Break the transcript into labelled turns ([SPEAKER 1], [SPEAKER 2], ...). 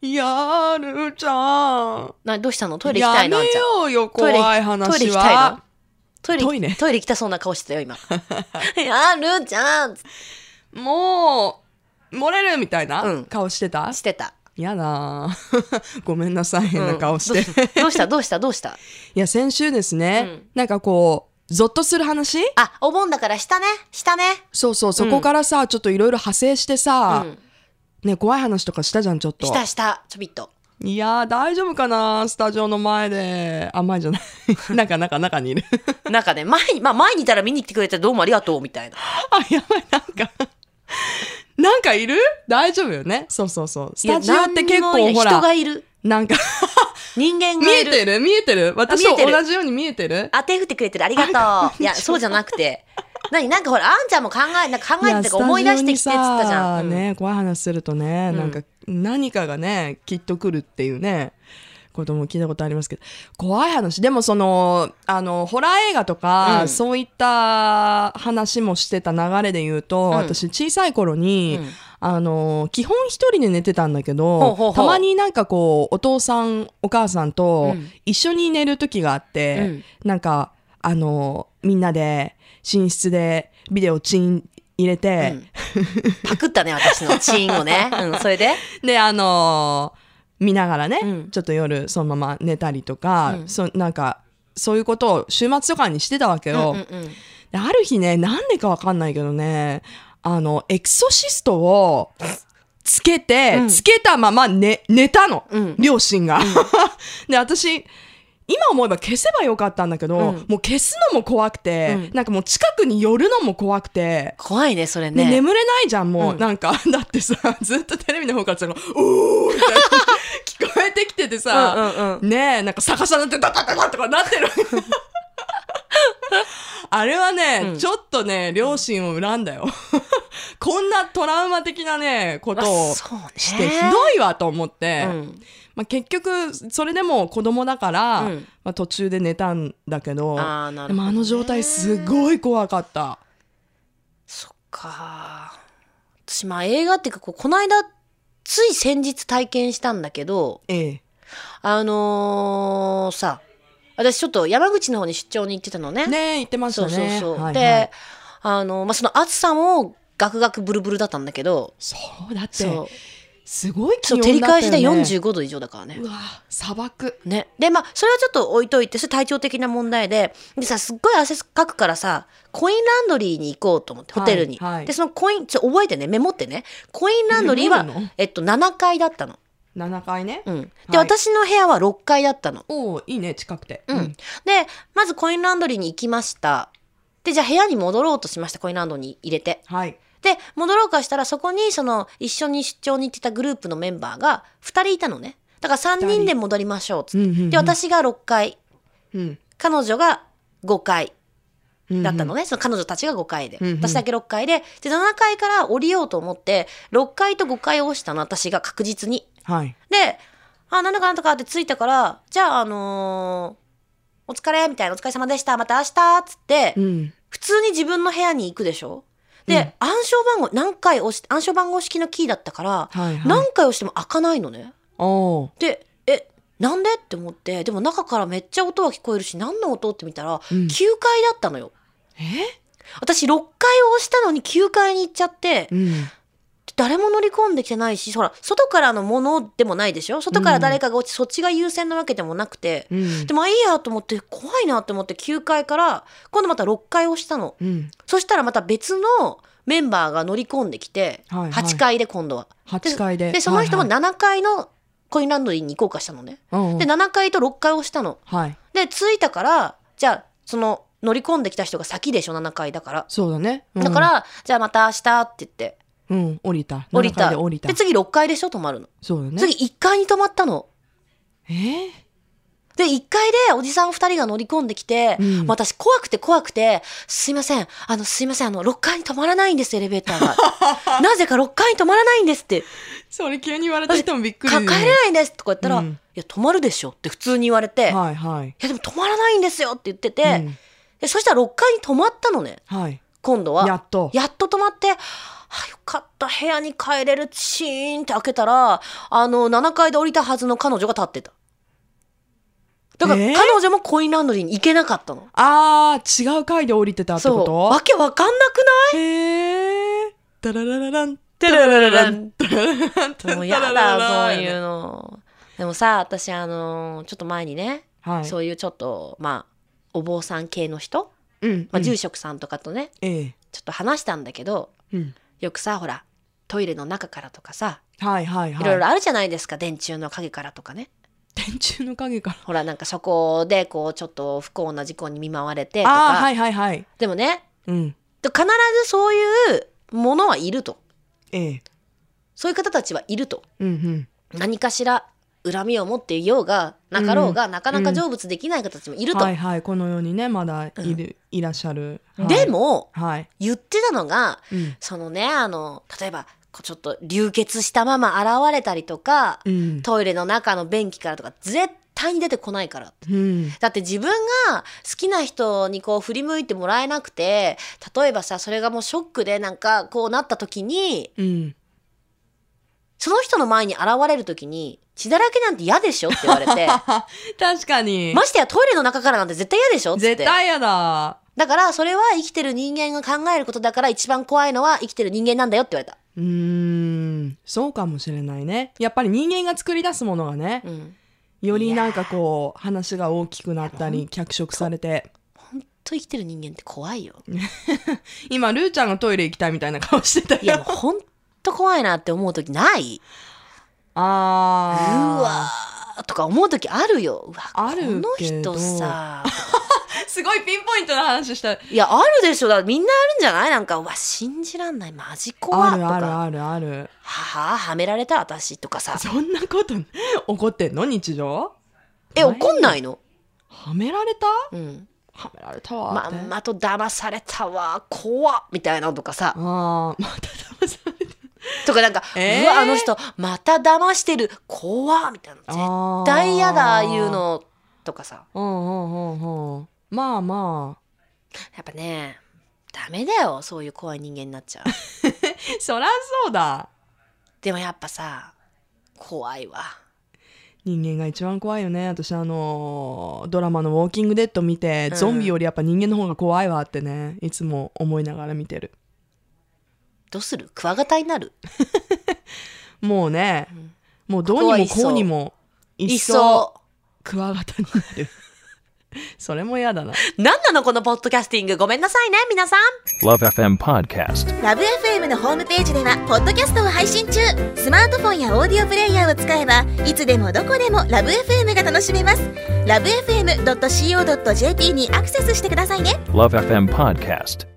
[SPEAKER 1] やるちゃん。
[SPEAKER 2] などうしたのトイレ行きたいなあ
[SPEAKER 1] や
[SPEAKER 2] ん
[SPEAKER 1] め
[SPEAKER 2] ちゃん
[SPEAKER 1] ようよ、
[SPEAKER 2] ト
[SPEAKER 1] 怖
[SPEAKER 2] イレ
[SPEAKER 1] い話は。
[SPEAKER 2] トイレ行きたいのトイレ
[SPEAKER 1] トイレ
[SPEAKER 2] トイレ行きたそうな顔して たよ今やるちゃんつっ
[SPEAKER 1] もう、漏れるみたいな、
[SPEAKER 2] うん
[SPEAKER 1] 顔してた
[SPEAKER 2] してた
[SPEAKER 1] やだ ーごめんなさい、変な顔して。
[SPEAKER 2] うんどうどうしたどうしたどうした
[SPEAKER 1] いや、先週ですね、
[SPEAKER 2] うん
[SPEAKER 1] なんかこう、ゾッとする話
[SPEAKER 2] あお盆だからしたねしたね
[SPEAKER 1] そうそう、そこからさ、ちょっといろいろ派生してさ、
[SPEAKER 2] うん
[SPEAKER 1] ね、怖い話とかしたじゃん、ちょっと。
[SPEAKER 2] したしたちょびっと
[SPEAKER 1] いやー、大丈夫かなスタジオの前で。あ、前じゃない。 なんか、なんか、中にいる。
[SPEAKER 2] なんかね前にまあ前にいたら見に来てくれてどうもありがとうみたいな
[SPEAKER 1] あ、やばい、なんか。なんかいる大丈夫よねそうそうそう。スタジオって結
[SPEAKER 2] いや
[SPEAKER 1] 構
[SPEAKER 2] 何にもい
[SPEAKER 1] ほ
[SPEAKER 2] ない人が
[SPEAKER 1] ら、
[SPEAKER 2] いる
[SPEAKER 1] なんか、
[SPEAKER 2] 人間
[SPEAKER 1] 見
[SPEAKER 2] がい
[SPEAKER 1] え
[SPEAKER 2] る
[SPEAKER 1] てる見えてる私と
[SPEAKER 2] 見えてる
[SPEAKER 1] 同じように見えてる
[SPEAKER 2] あ手振ってくれてるありがとういやそうじゃなくて何なんかほらあんちゃんも考えなんか考えてたから思い出してきてっつったじゃ
[SPEAKER 1] いやスタジオ
[SPEAKER 2] ん、
[SPEAKER 1] にさね、怖い話するとね、
[SPEAKER 2] うん
[SPEAKER 1] なんか、何かがね、きっと来るっていうね。ことも聞いたことありますけど怖い話でもそのあのホラー映画とか、
[SPEAKER 2] うん
[SPEAKER 1] そういった話もしてた流れで言うと、
[SPEAKER 2] ん
[SPEAKER 1] 私小さい頃に、
[SPEAKER 2] うん
[SPEAKER 1] あの基本一人で寝てたんだけど
[SPEAKER 2] ほうほうほう
[SPEAKER 1] たまになんかこうお父さんお母さんと
[SPEAKER 2] うん
[SPEAKER 1] 一緒に寝る時があって、
[SPEAKER 2] うん
[SPEAKER 1] なんかあのみんなで寝室でビデオチン入れて、
[SPEAKER 2] うんパクったね私のチーンをね、うん、それで
[SPEAKER 1] であのー見ながらね、
[SPEAKER 2] うん
[SPEAKER 1] ちょっと夜そのまま寝たりとか、
[SPEAKER 2] うん
[SPEAKER 1] そなんかそういうことを週末とかにしてたわけよ、
[SPEAKER 2] うんうんうん
[SPEAKER 1] である日ねなんでかわかんないけどねあのエクソシストをつけて、
[SPEAKER 2] うん
[SPEAKER 1] つけたまま寝寝たの、
[SPEAKER 2] うん
[SPEAKER 1] 両親が、 で私今思えば消せばよかったんだけど、
[SPEAKER 2] うん
[SPEAKER 1] もう消すのも怖くて、
[SPEAKER 2] うん
[SPEAKER 1] なんかもう近くに寄るのも怖くて
[SPEAKER 2] 怖いねそれ
[SPEAKER 1] ね
[SPEAKER 2] ね
[SPEAKER 1] 眠れないじゃんもう、
[SPEAKER 2] うん
[SPEAKER 1] なんかだってさずっとテレビの方からさ「おー」みたいな聞こえてきてて
[SPEAKER 2] う
[SPEAKER 1] さ、
[SPEAKER 2] んうんうん
[SPEAKER 1] ねえなんか逆さになってダダダダとかな ってるあれはね、
[SPEAKER 2] うん
[SPEAKER 1] ちょっとね両親を恨んだよ こんなトラウマ的なねことを
[SPEAKER 2] そうね
[SPEAKER 1] してひどいわと思って、
[SPEAKER 2] うん
[SPEAKER 1] まあ、結局それでも子供だから、
[SPEAKER 2] うん
[SPEAKER 1] まあ、途中で寝たんだけど
[SPEAKER 2] あーなるほどね
[SPEAKER 1] でもあの状態すごい怖かった。
[SPEAKER 2] そっか私まあ映画っていうかこうこの間つい先日体験したんだけど
[SPEAKER 1] ええ
[SPEAKER 2] あのーさ私ちょっと山口の方に出張に行ってたのね
[SPEAKER 1] ねえ言ってました
[SPEAKER 2] そう
[SPEAKER 1] ね。
[SPEAKER 2] そうそう、
[SPEAKER 1] はいはい
[SPEAKER 2] であの、まあ、その暑さもガクガクブルブルだったんだけど
[SPEAKER 1] そうだって
[SPEAKER 2] そう
[SPEAKER 1] すごい気
[SPEAKER 2] そう
[SPEAKER 1] 温だ
[SPEAKER 2] 照
[SPEAKER 1] っ
[SPEAKER 2] り
[SPEAKER 1] たよ、
[SPEAKER 2] 返
[SPEAKER 1] ね、
[SPEAKER 2] しで45度以上だからね
[SPEAKER 1] うわ砂漠
[SPEAKER 2] ね、でまあそれはちょっと置いといてそれ体調的な問題ででさすっごい汗かくからさコインランドリーに行こうと思ってホテルに、
[SPEAKER 1] はいはい
[SPEAKER 2] でそのコインちょ覚えてねメモってねコインランドリー
[SPEAKER 1] メモる
[SPEAKER 2] は
[SPEAKER 1] の、
[SPEAKER 2] えっと、7階だったの、
[SPEAKER 1] 7階ね、
[SPEAKER 2] うん、で、
[SPEAKER 1] はい
[SPEAKER 2] 私の部屋は6階だったの、
[SPEAKER 1] おおいいね近くて
[SPEAKER 2] うんでまずコインランドリーに行きましたでじゃあ部屋に戻ろうとしましたコインランドリーに入れて
[SPEAKER 1] はい
[SPEAKER 2] で戻ろうかしたらそこにその一緒に出張に行ってたグループのメンバーが2人いたのねだから3人で戻りましょうっつって、
[SPEAKER 1] うんうんうん
[SPEAKER 2] で私が6階
[SPEAKER 1] うん
[SPEAKER 2] 彼女が5階
[SPEAKER 1] うん
[SPEAKER 2] だったのね、その彼女たちが5階で、
[SPEAKER 1] うんうん
[SPEAKER 2] 私だけ6階でで7階から降りようと思って6階と5階を押したの私が確実に
[SPEAKER 1] はい
[SPEAKER 2] で「あなんとかなんとか」って着いたから「じゃああのーお疲れ」みたいな「お疲れ様でしたまた明日」っつって、
[SPEAKER 1] うん
[SPEAKER 2] 普通に自分の部屋に行くでしょで、暗証番号何回押して暗証番号式のキーだったから、
[SPEAKER 1] はいはい
[SPEAKER 2] 何回押しても開かないのね
[SPEAKER 1] おお
[SPEAKER 2] でえなんでって思ってでも中からめっちゃ音は聞こえるし何の音って見たら、
[SPEAKER 1] うん
[SPEAKER 2] 9階だったのよ
[SPEAKER 1] え
[SPEAKER 2] 私6階を押したのに9階に行っちゃって、
[SPEAKER 1] うん
[SPEAKER 2] 誰も乗り込んできてないしほら外からのものでもないでしょ外から誰かが落ち、そっちが優先なわけでもなくて、
[SPEAKER 1] うん
[SPEAKER 2] でもいいやと思って怖いなと思って9階から今度また6階を押したの
[SPEAKER 1] うん
[SPEAKER 2] そしたらまた別のメンバーが乗り込んできて、
[SPEAKER 1] はいはい
[SPEAKER 2] 8階で今度は。
[SPEAKER 1] 8階で
[SPEAKER 2] でその人も
[SPEAKER 1] はい
[SPEAKER 2] 7階のコインランドリーに行こうかしたのね。
[SPEAKER 1] はいうん
[SPEAKER 2] で7階と6階を押したの。
[SPEAKER 1] はい
[SPEAKER 2] で着いたからじゃあその乗り込んできた人が先でしょ7階だから。
[SPEAKER 1] そうだね、うん
[SPEAKER 2] だから、じゃあまた明日って言って
[SPEAKER 1] うん降りた
[SPEAKER 2] 降り
[SPEAKER 1] 7階
[SPEAKER 2] た
[SPEAKER 1] で降りた
[SPEAKER 2] で次6階でしょ泊まるの、
[SPEAKER 1] そうだね
[SPEAKER 2] 次1階に泊まったの
[SPEAKER 1] えー
[SPEAKER 2] で1階でおじさん2人が乗り込んできて、
[SPEAKER 1] うん
[SPEAKER 2] もう私怖くて怖くて「すいませんあのすいませんあの6階に泊まらないんですエレベーター がなぜか6階に泊まらないんです」って
[SPEAKER 1] それ急に言われた人もびっ
[SPEAKER 2] 「
[SPEAKER 1] くり
[SPEAKER 2] か帰れないんです」とか言ったら
[SPEAKER 1] う
[SPEAKER 2] 「
[SPEAKER 1] ん
[SPEAKER 2] いや泊まるでしょ」って普通に言われて「い、
[SPEAKER 1] はいはい
[SPEAKER 2] やでも泊まらないんですよ」って言ってて、
[SPEAKER 1] うん
[SPEAKER 2] でそしたら6階に泊まったのね
[SPEAKER 1] はい
[SPEAKER 2] 今度は
[SPEAKER 1] やっと
[SPEAKER 2] やっと止まって、あよかった部屋に帰れるシーンって開けたらあの7階で降りたはずの彼女が立ってただから
[SPEAKER 1] えー
[SPEAKER 2] 彼女もコインランドリーに行けなかったの、
[SPEAKER 1] あー違う階で降りてたってこ
[SPEAKER 2] そう
[SPEAKER 1] と
[SPEAKER 2] わけわかんなくない
[SPEAKER 1] へえ。タララララン。
[SPEAKER 2] てららららん
[SPEAKER 1] タララララン。
[SPEAKER 2] もうや
[SPEAKER 1] タラララ
[SPEAKER 2] だ
[SPEAKER 1] ラ
[SPEAKER 2] そういうのでもさ私あのちょっと前にね、
[SPEAKER 1] はい。。
[SPEAKER 2] そうういうちょっとまあお坊さん系の人、
[SPEAKER 1] ん。
[SPEAKER 2] まあ、
[SPEAKER 1] うん
[SPEAKER 2] 住職さんとかとね、
[SPEAKER 1] ええ。
[SPEAKER 2] ちょっと話したんだけど
[SPEAKER 1] うん。
[SPEAKER 2] よくさほらトイレの中からとかさ
[SPEAKER 1] はいはいはい。
[SPEAKER 2] いろいろあるじゃないですか、電柱の影からとかね
[SPEAKER 1] 電柱の影から。
[SPEAKER 2] ほらなんかそこでこうちょっと不幸な事故に見舞われてと
[SPEAKER 1] ああ
[SPEAKER 2] か、
[SPEAKER 1] はいはいはい。
[SPEAKER 2] でもね
[SPEAKER 1] うん。
[SPEAKER 2] 必ずそういうものはいると
[SPEAKER 1] ええ。
[SPEAKER 2] そういう方たちはいると
[SPEAKER 1] うんうん。
[SPEAKER 2] 何かしら恨みを持っていようがなかろうが、なかなか成仏できない方たちもいると、
[SPEAKER 1] はいはいこの世にねまだいる、いらっしゃる。はい
[SPEAKER 2] で。も
[SPEAKER 1] はい。
[SPEAKER 2] 言ってたのが
[SPEAKER 1] うん。
[SPEAKER 2] そのねあの例えばこうちょっと流血したまま現れたりとか、
[SPEAKER 1] うん。
[SPEAKER 2] トイレの中の便器からとか絶対に出てこないからって
[SPEAKER 1] うん。
[SPEAKER 2] だって自分が好きな人にこう振り向いてもらえなくて例えばさそれがもうショックでなんかこうなった時に
[SPEAKER 1] うん。
[SPEAKER 2] その人の前に現れる時に血だらけなんて嫌でしょって言われ て
[SPEAKER 1] 確かに。
[SPEAKER 2] ましてやトイレの中からなんて絶対嫌でしょっつって
[SPEAKER 1] 絶対やだ。
[SPEAKER 2] だからそれは生きてる人間が考えることだから一番怖いのは生きてる人間なんだよって言われた。
[SPEAKER 1] うーん。そうかもしれないね。やっぱり人間が作り出すものがね、
[SPEAKER 2] うん
[SPEAKER 1] よりなんかこう話が大きくなったり脚色されて。
[SPEAKER 2] 本当生きてる人間って怖いよ。
[SPEAKER 1] 今ルーちゃんがトイレ行きたいみたいな顔してた
[SPEAKER 2] いやも
[SPEAKER 1] よ
[SPEAKER 2] う本当怖いなって思う時ないう
[SPEAKER 1] あー
[SPEAKER 2] わーとか思う時あるよ。うわ
[SPEAKER 1] ある
[SPEAKER 2] こ
[SPEAKER 1] けど
[SPEAKER 2] の人さ
[SPEAKER 1] すごいピンポイントな話した
[SPEAKER 2] いやあるでしょだからみんなあるんじゃないなんかうわ信じらんないマジ怖
[SPEAKER 1] あ
[SPEAKER 2] と
[SPEAKER 1] る
[SPEAKER 2] か
[SPEAKER 1] あるあるある
[SPEAKER 2] はははめられた私とかさ
[SPEAKER 1] そんなこと怒ってんの日常
[SPEAKER 2] え怒んないの
[SPEAKER 1] はめられた
[SPEAKER 2] うん
[SPEAKER 1] はめられたわ
[SPEAKER 2] ま
[SPEAKER 1] って、
[SPEAKER 2] んまと騙されたわ怖っみたいなのとかさ
[SPEAKER 1] あーまた騙された
[SPEAKER 2] とかなんか、
[SPEAKER 1] えー
[SPEAKER 2] うわあの人また騙してる怖っみたいな絶
[SPEAKER 1] あー
[SPEAKER 2] 対嫌だああいうのとかさ
[SPEAKER 1] うんうんうんうんまあまあ
[SPEAKER 2] やっぱねダメだよそういう怖い人間になっちゃう
[SPEAKER 1] そらそうだ
[SPEAKER 2] でもやっぱさ怖いわ
[SPEAKER 1] 人間が一番怖いよね私あのドラマの「ウォーキング・デッド」見て、ゾンビよりやっぱ人間の方が怖いわってねいつも思いながら見てる
[SPEAKER 2] どうするクワガタになる
[SPEAKER 1] もうね、もうどうにもこうにも
[SPEAKER 2] い
[SPEAKER 1] 一
[SPEAKER 2] っ
[SPEAKER 1] 層
[SPEAKER 2] そ
[SPEAKER 1] クワガタになる それも嫌だな
[SPEAKER 2] なんなのこのポッドキャスティングごめんなさいね皆さん
[SPEAKER 3] Love FM Podcast.
[SPEAKER 4] ラブ f m のホームページではポッドキャストを配信中スマートフォンやオーディオプレイヤーを使えばいつでもどこでもラブ f m が楽しめますラブ FM.co.jp にアクセスしてくださいね
[SPEAKER 3] Love FM Podcast.